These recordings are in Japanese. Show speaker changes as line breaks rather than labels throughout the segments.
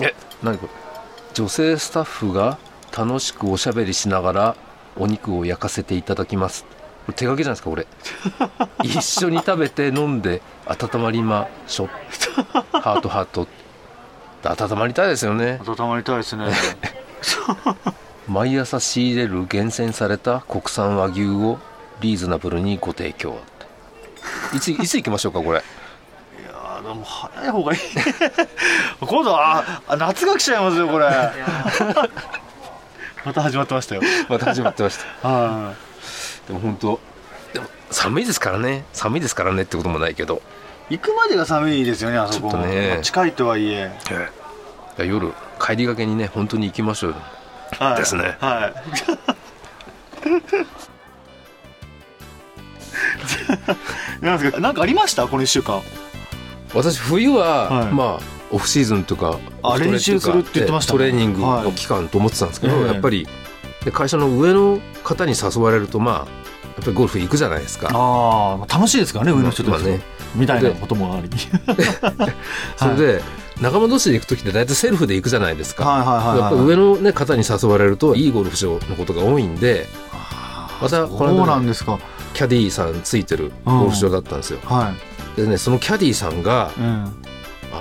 え
何これ女性スタッフが楽しくおしゃべりしながらお肉を焼かせていただきますこれ手書きじゃないですか俺一緒に食べて飲んで温まりましょハートハート温まりたいですよね
温まりたいですね
毎朝仕入れる厳選された国産和牛をリーズナブルにご提供いついつ行きましょうかこれ
いやーでも早い方がいい 今度はあ夏が来ちゃいますよこれまた始まってましたよ
また始まってました
は
でも本当でも寒いですからね寒いですからねってこともないけど
い行くまでが寒いですよねあそこ
ちょっとね
まあ近いとはいえ、
だから夜帰りがけにね本当に行きましょうよ
はい
ですね
はい なんですかなんかありましたこの1週間
私冬は、
はい
まあオフシーズンとか
あ
オフトレ
練習するって言ってましたね
トレーニングの期間と思ってたんですけど、
はいええ
やっぱりで会社の上の方に誘われるとまあやっぱりゴルフ行くじゃないですか
ああ楽しいですからね上の人たち
まあね
みたいなこともあり
それで、仲間同士で行く時って大体セルフで行くじゃないですか、
はいはい
や
は
っ
い
ぱ
はい
上の、ね、方に誘われるといいゴルフ場のことが多いんでまたこの間
そうなんですか
キャディーさんついてるゴルフ場だったんですよ、
は
でねそのキャディーさんが
い、うん、
あ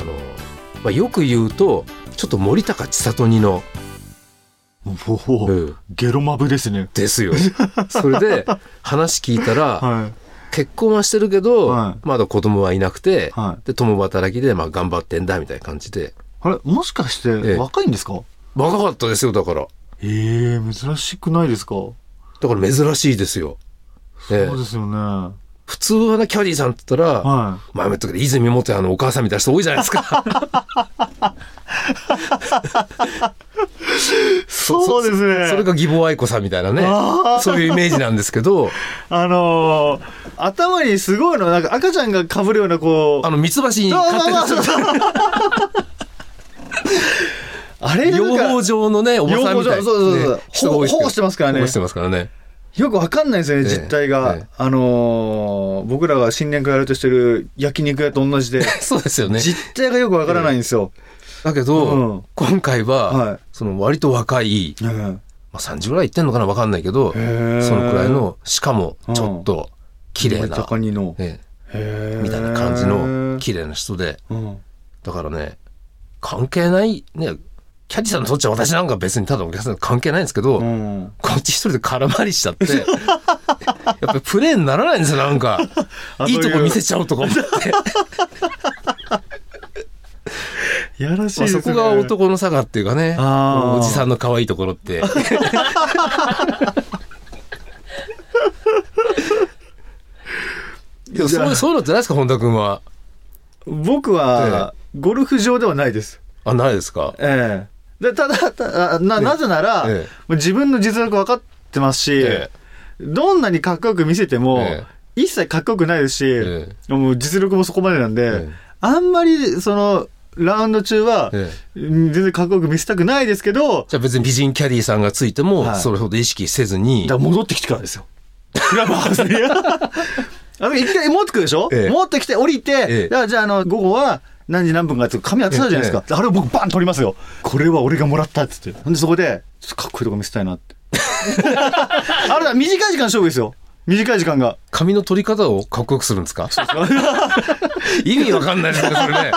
の、まあ、よく言うとちょっと森高千里似の、
ほほ
うん
ゲロマブですね
ですよそれで話聞いたら、
は
結婚はしてるけど、
は
まだ子供はいなくて、
はい
で共働きでまあ頑張ってんだみたいな感じで
いあれもしかして
え
若いんですか
若かったですよだから
ええ珍しくないですかそ
だから珍しいですよ、ええ
うですよねは
普通はねキャディーさんって言ったら、
い
まあ、やめとくけど泉元也のお母さんみたいな人多いじゃないですか。
そうですね
そそれが義母愛子さんみたいなね
あ。ー
そういうイメージなんですけど、
あのー、頭にすごいの、なんか赤ちゃんが被るようなこう、
あの、三橋に
そう
勝手に
そうそうあれなん
養
か
蜂場のね、おばさんみたい
養蜂場
な。
そうそうそう
ね人が多いですけど
保護してますからね
保護してますからね。
よくわかんないですよね、
ええ
実態が。
ええ
あのー、僕らが新年会やるとしてる焼肉屋と同じで、
そうですよね。
実態がよくわからないんですよ。
だけ
うん
ど、今回
はい
は、その割と若い、
うん
まあ30ぐらい行ってんのかなわかんないけど、そ
へー
のくらいの、しかもちょっと綺麗な、
高荷の。
ね
へー
みたいな感じの綺麗な人で、
うん
だからね、関係ない、ね、キャディさんにとっちゃ私なんか別にただお客さんと関係ないんですけど、
うん。
こっち一人で空回りしちゃって、 やっぱりプレーにならないんですよ、なんか
あ。
いいとこ
そういう
見せちゃおうとか思って。
やらしい
ま
で
あ
す
そ
ね。
こが男の差がっていうかね、
あー
おじさんの可愛いところ って。でもそうそういうのってないですか、本田君は。
僕は、ゴルフ場ではないです。
あ、ないですか。
ええでただたあな、なぜなら、
ええ
もう自分の実力分かってますし、
ええ
どんなにかっこよく見せても、
え
一切かっこよくないですし、
え
もう実力もそこまでなんで、
え
あんまり、その、ラウンド中は、
え
全然かっこよく見せたくないですけど、
じゃあ別に美人キャディーさんがついて
は
も、
い
それほど意識せずに。
だから戻ってきてからですよ。クラブハウスに。 あの一回持ってくるでしょ、
ええ
持ってきて降りて、
ええ
だからじゃああの午後は何時何分かって紙当てたじゃないですか、あれを僕バン取りますよこれは俺がもらったっつってほんでそこでちょっとかっこいいとこ見せたいなって あれだ短い時間勝負ですよ短い時間が
髪の取り方をかっこよくするんですか意味わかんないですね、それね。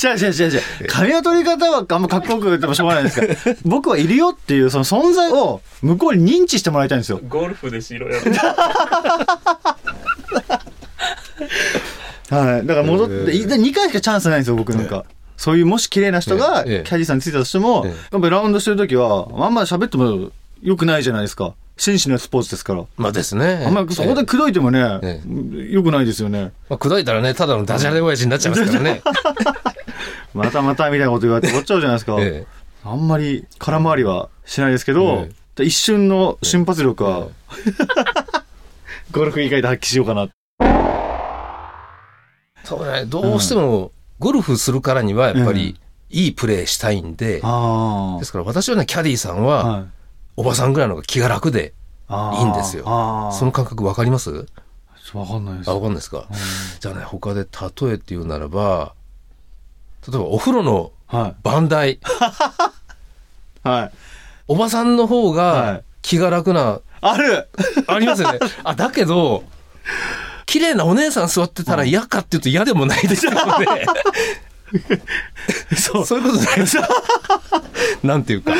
違う違う違う違う髪の取り方はあんまかっこよく言ってもしょうがないですから僕はいるよっていうその存在を向こうに認知してもらいたいんですよ
ゴルフでしろよ。
はい。だから戻って、
ええ
で2回しかチャンスないんですよ、僕なんか。そういうもし綺麗な人がキ
ええ
ャディーさんについたとしても、
え
や
え
っぱりラウンドしてるときは、あんまり喋っても良くないじゃないですか。紳士のスポーツですから。
まあですね。
あんまりそこで口説いてもね
え、
良くないですよね。
まあ、砕いたらね、ただのダジャレ親父になっちゃいますから ね。。
またまたみたいなこと言われて終わっちゃうじゃないですか
ええ
あんまり空回りはしないですけど
ええ、
で一瞬の瞬発力は、 ゴルフ以外で発揮しようかな。
そうね、どうしても、ゴルフするからには、やっぱり、いいプレーしたいんで、
あ
ですから私はね、キャディーさん
あ。
は、
はい
おばさんぐらいの方が気が楽で、
あー
いいんですよ
ああ。
その感覚わかります
ちょっとわかんないです
あ、。わかんないですか。じゃあね、他で例えって言うならば、例えばお風呂の
は
番 台
い。はい。
おばさんの方
は
が
い
気が楽な、
ある
あります よねあだけど綺麗なお姉さん座ってたら嫌かっていうと嫌でもないですよね
そ う。
そういうことないですか なんていうか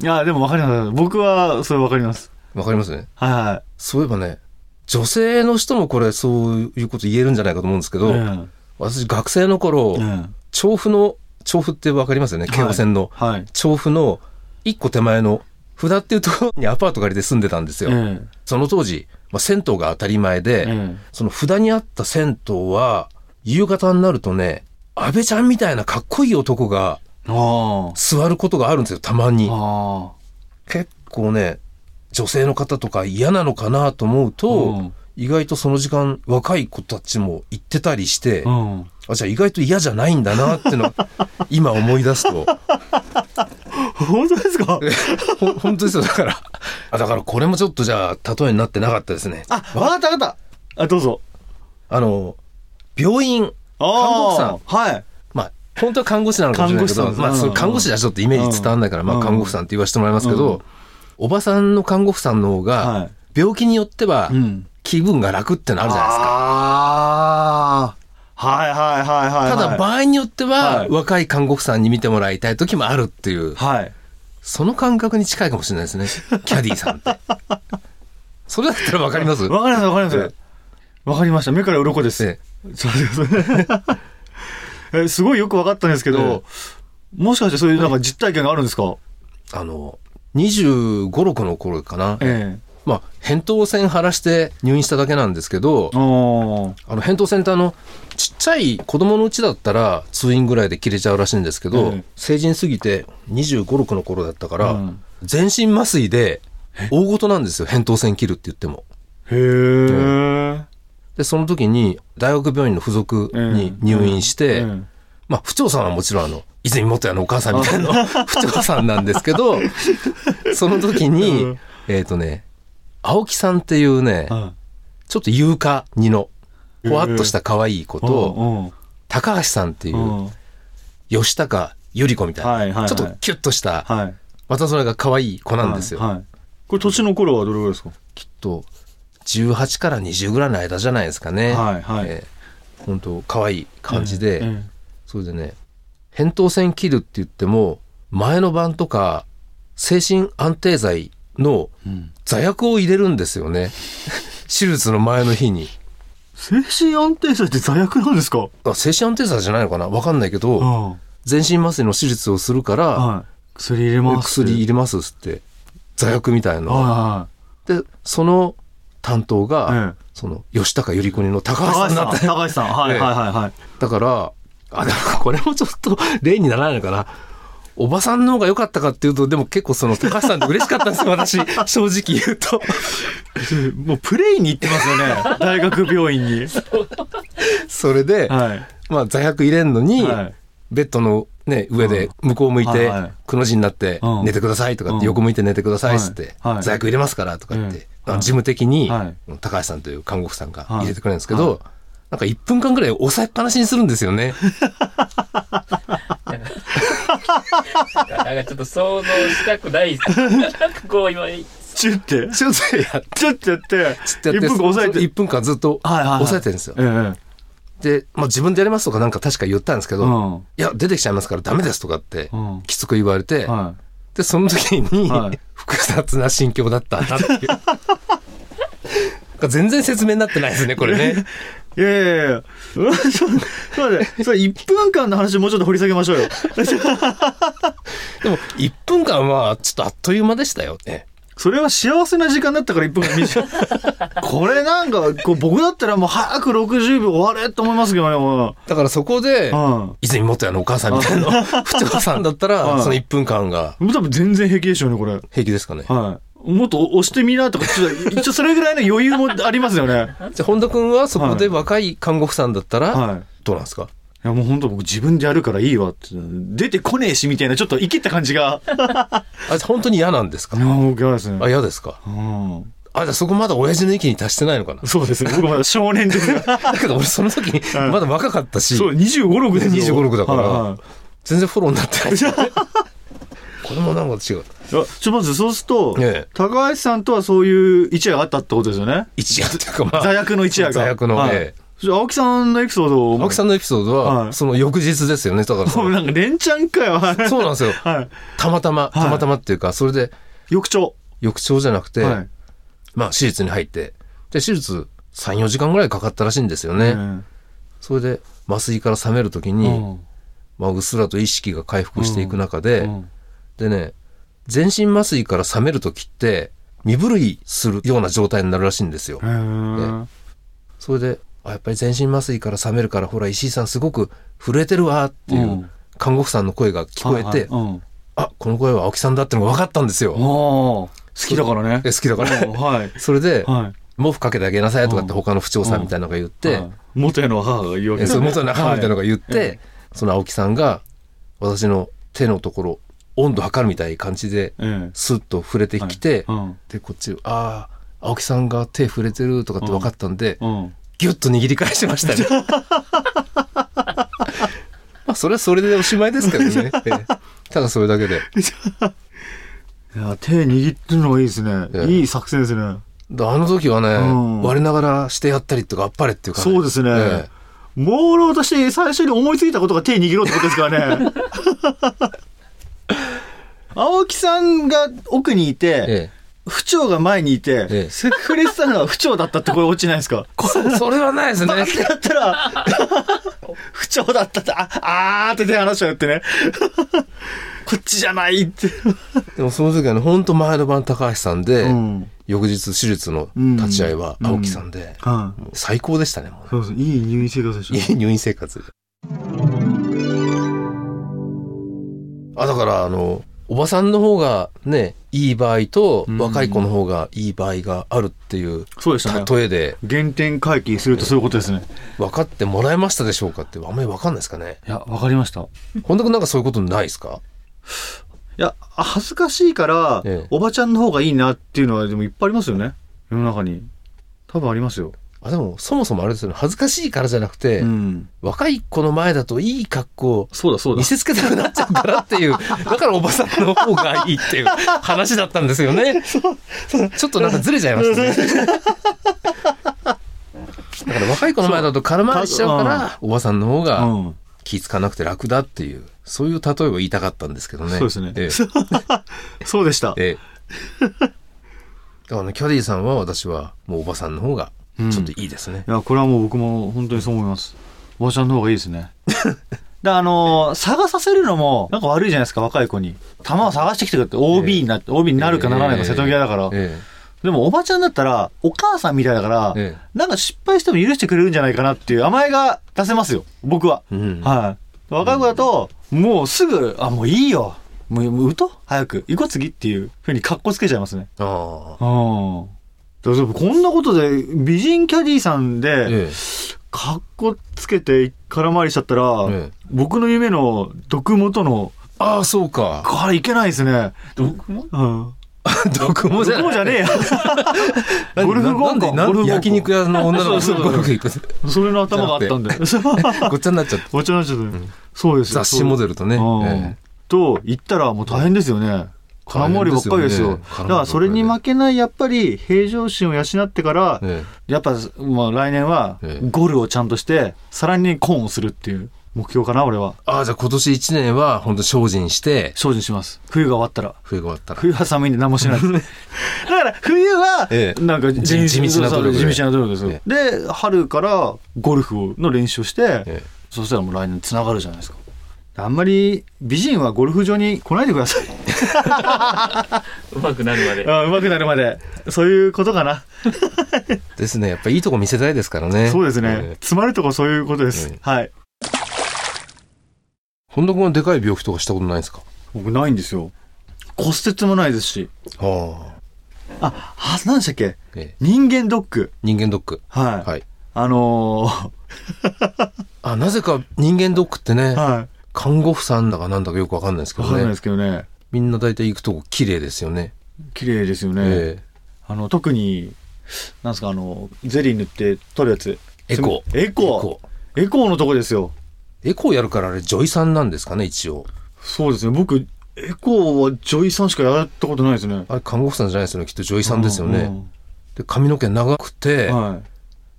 いや、でも分かります。僕は、それ分かります。
わかりますね
は
そういえばね女性の人もこれそういうこと言えるんじゃないかと思うんですけ
い。
ど、
うん
私学生の頃、
うん
調布の調布ってわかりますよね京王線の、
はい。
調布の一個手前の札っていうところにアパート借りて住んでたんですよ、
うん
その当時、まあ、銭湯が当たり前で、
うん
その札にあった銭湯は夕方になるとね安倍ちゃんみたいなかっこいい男が
あ
座ることがあるんですよたまに
あ。あ
結構ね女性の方とか嫌なのかなと思うと、
うん
意外とその時間若い子たちも行ってたりして、
あ。うん。
あじゃあ意外と嫌じゃないんだなっていうの は今思い出すと
本当ですか
ほ本当ですよだからあだからこれもちょっとじゃあ例えになってなかったですね
あ、分かった分かった。あ、どうぞ。
あの病院看
あ
護
あ。はい。
まあ本当は看護師なのかもしれないけど
看護師さんですね
まあ、そ
うんう
の
ん
看護師じゃちょっとイメージ伝わんないから、
うん
まあ、看護婦さんって言わせてもらいますけど、
うん
おばさんの看護婦さんの方
は
が病気によっては
うん
気分が楽ってのあるじゃないですか。
ああ。はいはいはいはいはい。
ただ場合によって
は
はい若い看護婦さんに見てもらいたい時もあるっていう、
はい。
その感覚に近いかもしれないですね。キャディーさんって。 それだったらわかります
わかりますわかりま
え
す。わかりました。目から鱗です。
え
そうですね。 えすごいよく分かったんですけど、もしかしてそういうなんか実体験があるんですか、
あの、25、6の頃かな。
ええ。
まあ、扁桃腺腫らして入院しただけなんですけど、
あ
あの、扁桃腺ってあの、ちっちゃい子供のうちだったら通院ぐらいで切れちゃうらしいんですけど、
うん
成人過ぎて25、6の頃だったから、
うん
全身麻酔で大ごとなんですよ、扁桃腺切るって言っても。
あ。へえ。
で、その時に大学病院の付属に入院して、
うん
まあ、不調さんはもちろんあの、泉元也のお母さんみたい な不調さんなんですけど、その時に、
うん
えっ、とね、青木さんっていうね、
うん
ちょっと優香似の、ほわっとした可愛い子と、
うん
高橋さんっていうう、
ん
吉高由里子みたいな、
はいはいはい
ちょっとキュッとした、
はい。
またそれが可愛い子なんですよ。
はいはいこれ年の頃はどれぐらいですか
きっと、18から20ぐらいの間じゃないですかね。
はいはい
えー本当可愛い感じで、
うん
それでね、扁桃腺切るって言っても、前の晩とか、精神安定剤の
うん
座薬を入れるんですよ ね。手術の前の日に。
精神安定剤って座薬なんですか
あ精神安定剤じゃないのかなわかんないけど、
うん。
全身麻酔の手術をするから、
はい。薬入れます。
薬入れますっつって座薬みたいな
は
でその担当が、
ええ
その吉高由里子にの
い
高
はい
橋さ
は
ん
い。
になっ
高橋
て
さん、高橋さん。はい
ええ
はいはいはい。
だからあでもこれもちょっと 例にならないのかなおばさんの方が良かったかっていうとでも結構その高橋さんって嬉しかったんですよ私正直言うと
もうプレイに行ってますよね。 大学病院に。
それで、
はい。
まあ座薬入れんのに、
はい
ベッドのね、上で向こう向いて、
はいはい
くの字になって
う、ん
寝てくださいとかって、
うん
横向いて寝てくださいっつって
はいは、い
座薬入れますからとかっ
え
て
え、
あの事務的に
はい、
高橋さんという看護婦さんが
はい
入れてくれるんですけ
は
ど、なんか1分間ぐらい押さえっぱなしにするんですよ ね。
なんかちょっと想像したくないっす。なんかこう今、
チュって。
ちょっとやっ
チュってやって。
つってやって、
一分押さえて
1。分間ずっと
はいはいはい
押さえてるんですよ。
ええ。
で、まあ自分でやりますとかなんか確か言ったんですけ
う
ど、
ん。
いや、出てきちゃいますからダメですとかって
うん、
きつく言われて、
は
で、その時に、
はい
複雑な心境だったなっていう。 全然説明になってないですね、これね。
い。いやいやい や。うんそうそうだそれ1分間の話もうちょっと掘り下げましょうよ。
でも、1分間は、ちょっとあっという間でしたよね。
それは幸せな時間だったから1分間 短い。これなんか、こう僕だったらもう早く60秒終われと思いますけどね、も
だからそこで、
う。うん。
泉元也のお母さんみたい な、不調さんだった
う
ら、
ん
その1分間が
多分全然平気でしょうね、これ。
平気ですかね。
はい。もっと押してみなとか、ちょっと、一応それぐらいの余裕もありますよね。
じゃあ、本田君はそこで若い看護婦さんだった
はい
ら、どうなんですか
いや、もう本当僕自分でやるからいいわって。出てこねえし、みたいな、ちょっと生きった感 じが。
あ、本当に嫌なんです
い
か
や、僕嫌です
あ、
ね。
嫌ですか
うん。
あ、じゃあそこまだ親父の域に達してないの かな
そうですね。僕まだ少 年ですか
だ
ら。
けど俺その時、まだ若かったし、
そう、25、6ですよ。
25 6だから
はいはい
全然フォローになってないですよねこれもなんか違う
いやちょっとまずそうすると、
ええ
高橋さんとはそういう一夜があったってことですよね。
一夜っていうかま あ
座役の一夜が。
座役の
はい
え
じゃあ青木さんのエピソードを。
青木さんのエピソード
は
はいその翌日ですよねだからそ
もう
の
なんか連チャンか よ。はい
そうなんですよ
はい。
たまたまたまたまっていうかそれで
翌朝。
翌朝じゃなくて
はい。
まあ手術に入ってで手術34時間ぐらいかかったらしいんですよね
うん
それで麻酔から覚める時に、
うん
まあ、うっすらと意識が回復していく中で、
うん
でね、全身麻酔から覚めるときって、身震いするような状態になるらしいんですよ
へ。ー
それで、あ、やっぱり全身麻酔から覚めるから、ほら、石井さんすごく震えてるわっていううん看護婦さんの声が聞こえて、
はいはいうん
あ、この声は青木さんだってのが分かったんですよ。
おー好きだからね
え。好きだから。
うんはい。
それで、
はい。
毛布かけてあげなさいとかって
うん
他の不調さんみたいなのが言って、
はい、元への母が言うわけ
えその元の母みたいなのが
が。
言って、その青木さんが私の手のところ、温度測るみたいな感じで、
ええ
スッと触れてきて、
うん。
でこっちああ青木さんが手触れてるとかって分かったんで、
うん。
ギュッと握り返しましたね まあそれはそれでおしまいですけど ねええただそれだけで
いや、手握ってるのがいいですね。
ええ
いい作戦ですね。
であの時はね、
うん
我ながらしてやったりとかあっぱれっていうか、
そうですね。
え
朦朧として最初に思いついたことが手握ろうってことですからね。 青木さんが奥にい
え
て、
え
府長が前にいて、
え
セクレスさんが府長だったってこれ落ちないですかこ
え それはないですね
うやっ たら、府長だったって、あ、あーって手離しちゃうってね。こっちじゃないって。
でもその時はね本当前の晩高橋さんで、
うん。
翌日手術の立ち会いは青木さんで、
はい。
もう最高でしたねもうね
そうそう、いい入院生活でしょ。
いい入院生活あだからあのおばさんの方がねいい場合と
うん
若い子の方がいい場合があるっていう
そうでしたね。
例えで
原点回帰するとそういうことですね。
分かってもらえましたでしょうかってあんまり分かんないですかね
いや、わかりました。
本田君なんかそういうことないですか
いや、あ恥ずかしいから、
ええ
おばちゃんの方がいいなっていうのは、でもいっぱいありますよね。世の中に。多分ありますよ。
あでもそもそもあれですよね恥ずかしいからじゃなくて、
うん。
若い子の前だといい格好を
そうだそうだ
見。せつけたくなっちゃうからっていう、だからおばさんの方がいいっていう話だったんですよね。ちょっとなんかずれちゃいましたね。だから若い子の前だと軽回りしちゃうから、おばさんの方
う
が
ん。
気付かなくて楽だっていう、そういう例えを言いたかったんですけどね。
そうですね
え
そうでした
え。。ええだからね、キャディーさんは私はもうおばさんの方がちょっといいですね。
いや、これはもう僕も本当にそう思います。おばちゃんの方がいいですね。 で、あのー探させるのも、なんか悪いじゃないですか、若い子に。玉を探してきてくれって、OB になって、OB になるかならないか瀬戸際だから。
え
でも、おばちゃんだったら、お母さんみたいだから、
ええ
なんか失敗しても許してくれるんじゃないかなっていう甘えが出せますよ、僕は。
えうん
はい。若い子だと、もうすぐ、あ、もういいよ。もう、もう打とう早く。行こう次っていうふうに格好つけちゃいますね。
ああ。
うん。だからこんなことで、美人キャディーさんで、
え
格好つけて空回りしちゃったら、
ええ
僕の夢の毒元の、
ああ、そうか。
これいけないですね。
毒も
うん。
どこもじゃない
毒。じゃねえや。
何
ゴルフ合コ
なん
ン
でなん
ゴルフ合コン
焼肉屋の女の
そうそう
子
そう
ゴルフ行く。
それの頭があったんだよ。
ごっちゃになっちゃって。
お茶のちょっと、そうですよ
雑誌モデルとね。
うん
え
と言ったらもう大変ですよね。空回りばっかり
大変
ですよ。
ですよね
だからそれに負けないやっぱり平常心を養ってから、
ええ
やっぱまあ来年は
ええ
ゴルをちゃんとしてさらにコーンをするっていう目標かな俺は。
えああ、じゃあ今年1年は本当精進して、
精進します。冬が終わったら。
冬が終わったら。
冬は寒いんで何もしないです。 だから冬は
え、え
なんか
地地道な努力
そうそ
で
う地道な努力ですよ
え。
で、春からゴルフの練習をして、
ええ
そしたらもう来年つながるじゃないですか。あんまり美人はゴルフ場に来ないでください。
うまくなるまで。
あ上手くなるまで。そういうことかな。
ですね。やっぱいいとこ見せたいですからね。
そうですね。
ええ
詰まるとこそういうことです。
ええ
はい。
本田君はでかい病気とかしたことないんですか
僕ないんですよ。骨折もないですし。
ああ。
あ、は、何でしたっけ
ええ
人間ドック。
人間ドック。
はい。
はい。
あのー
あ、なぜか人間ドックって ね、
は
看護婦さんだかなんだかよくわかんないです
い。
け
わかんない
ど
で
ね。
すけどね。
みんな大体行くとこ綺麗ですよね。
綺麗ですよね。
え
あの、特に、なんですか、あの、ゼリー塗って取るやつ。
エコー
エコー。エコーのとこですよ。
えエコーやるからあれ、女医さんなんですかね、一応。
そうですね。僕、エコーは女医さんしかやったことないですね。
あれ、看護婦さんじゃないですよね。きっと女医さんですよね。
うん
で、髪の毛長くて、
うんはい。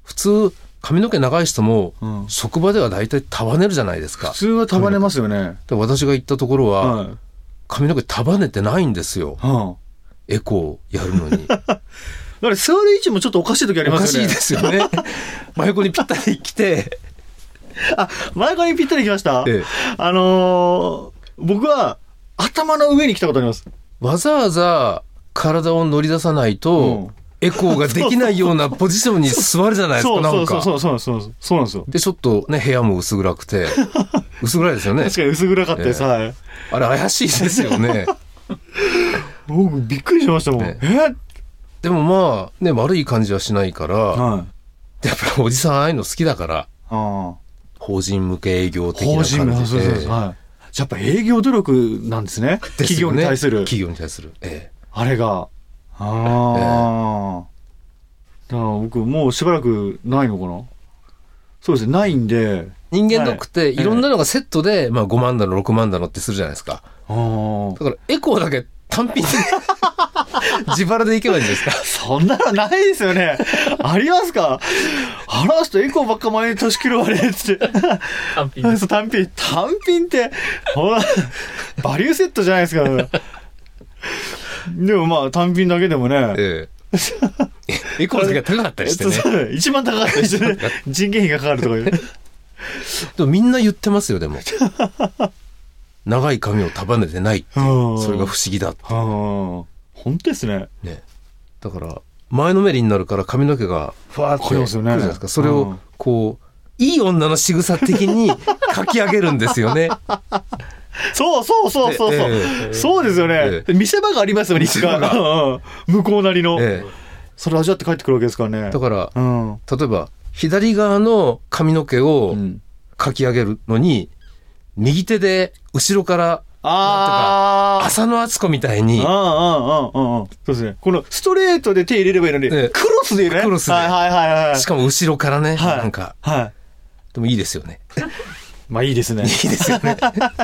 普通、髪の毛長い人も、
うん
職場では大体束ねるじゃないですか
普。通は束ねますよね。
で私が行ったところは、
はい。
髪の毛束ねてないんですよ。
はあ
エコーやるの に。
だから座る位置もちょっとおかしい時あり
お
ま
か
す
しい
よね。
ですよ ね。真横にぴったり来て、
あ、 前側にぴったり来ました、
ええ
あのー僕は頭の上に来たことあります。
わざわざ体を乗り出さないと、エコーができないようなポジションに座るじゃないです
そ
か、
う
な
そ
ん
うそう
か。
そうそうそうそうそうなんですよ。
で、ちょっとね、部屋も薄暗くて、薄暗いですよね
確。かに薄暗かったです。
ええ
はい。
あれ怪しいですよね。
僕びっくりしましたもん。え
えでもまあ、ね、悪い感じはしないから、
はい。
やっぱりおじさんああいうの好きだから、
ああ。
法人向け営業的な
法
感じ
人名、そうそうそう
ええ
はい。じゃあやっぱ営業努力なんですね。
です
企
よ
業
ね
に対する。
企業に対する。え
あれが。ああ。だから僕もうしばらくないのかなそうですね、ないんで。
え人間ドックって
い
いろんなのがセットで、まあ5万だの6万だのってするじゃないですか。
ああ。
だからエコーだけ単品で 自腹でいけばいいんですか。
そんなのないですよね。ありますか話すとエコーばっか前に年切るわね、つって。
単品です
そう単品、単品って、ほら、バリューセットじゃないですか。でもまあ、単品だけでもね。
ええ。エコーだけが高かったりしてね。
そう一番高かったですね。人件費がかかるとかいう。
でもみんな言ってますよ、でも。長い髪を束ねてない。そ
そ
れが不思議だ。
本当ですね。
ね。だから、前のめりになるから髪の毛がふわーって
かか
く
り
る
ます
じゃ
よね
ないですか。それ
う
を
ん、
こう、いい女の仕草的に かき上げるんですよね。
そうそうそうそうそう。
え
え
そうですよね
え。え
見せ場がありますよね、
見せ場が
うんうん向こうなりの。
え
それ味わって帰ってくるわけですからね
え。だから、
うん。
例えば、左側の髪の毛を
うん
かき上げるのに、右手で後ろから、
あ
浅野敦子みたい
あ。
に
うん、うんうんうんうん。そうですね。このストレートで手入れればいいのに、
ええ
クロスでね。
クロスで
はいはいはいはい。
しかも後ろからね、
はい
なんか、
はい。
でもいいですよね。
ま あいいですね。
いいですよね。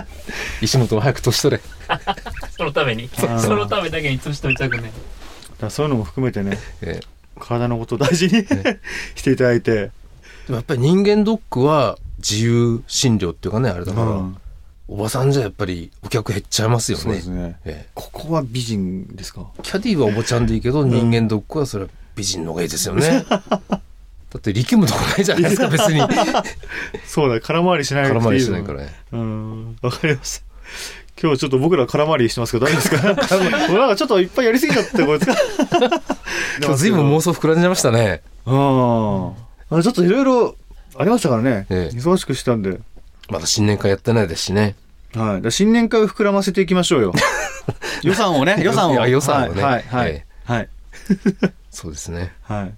石本は早く年取れ。
そのために
うん
そのためだけに年取りたくない
だからそういうのも含めてね、
ええ
体のことを大事 にしていただいて。
でもやっぱり人間ドックは自由診療っていうかね、あれだから、
うん
おばさんじゃやっぱりお客減っちゃいますよね。
そうですね。
ええ
ここは美人ですか
キャディはおばちゃんでいいけど、人間ドックはそれは美人の方がいいですよ ね。だって力むとこないじゃないですか、別に。
そうだ、空回りしない
絡まりし
の
ないからね。
うん、わかりました。今日ちょっと僕ら空回りしてますけど大丈夫です かもうなんかちょっといっぱいやりすぎちゃって、こいつが。
今日随分妄想膨らんじゃいましたね。
うん。あのちょっといろいろありましたからね。
ええ
忙しくしてたんで。
まだ新年会やってないですしね。
はい。だから新年会を膨らませていきまし ょうよ。予算を ね、予算
いや
を。
予算をね
はい、はい、
え
はい。
そうですね。
はい。はい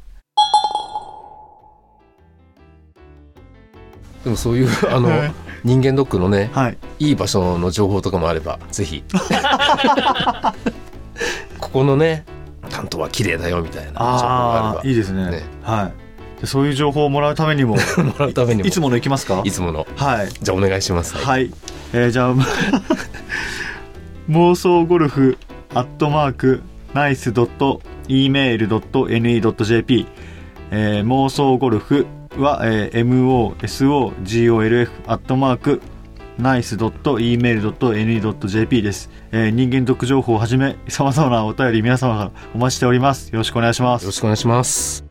でもそういう、 あ の
はい、
人間ドックのね、
はい。
いい場所の情報とかもあれば、ぜ ひ。ここのね、担当は綺麗だよみたいな情報があ
あ
れ
あ、
ば、
いいですね。
ね
はい。でそういう情報をもらうために も、
もらうためにも
いつもの行きますか
いつもの。
はい。
じゃあお願いします。
はい、えーじゃあ 妄想ゴルフアットマークナイスドット email.ne.jp、えー妄想ゴルフは、えー MOSOGOLF アットマークナイスドット email.ne.jp です、えー人間ドック情報をはじめ様々なお便り皆様からお待ちしておりますよろしくお願いします
よろしくお願いします。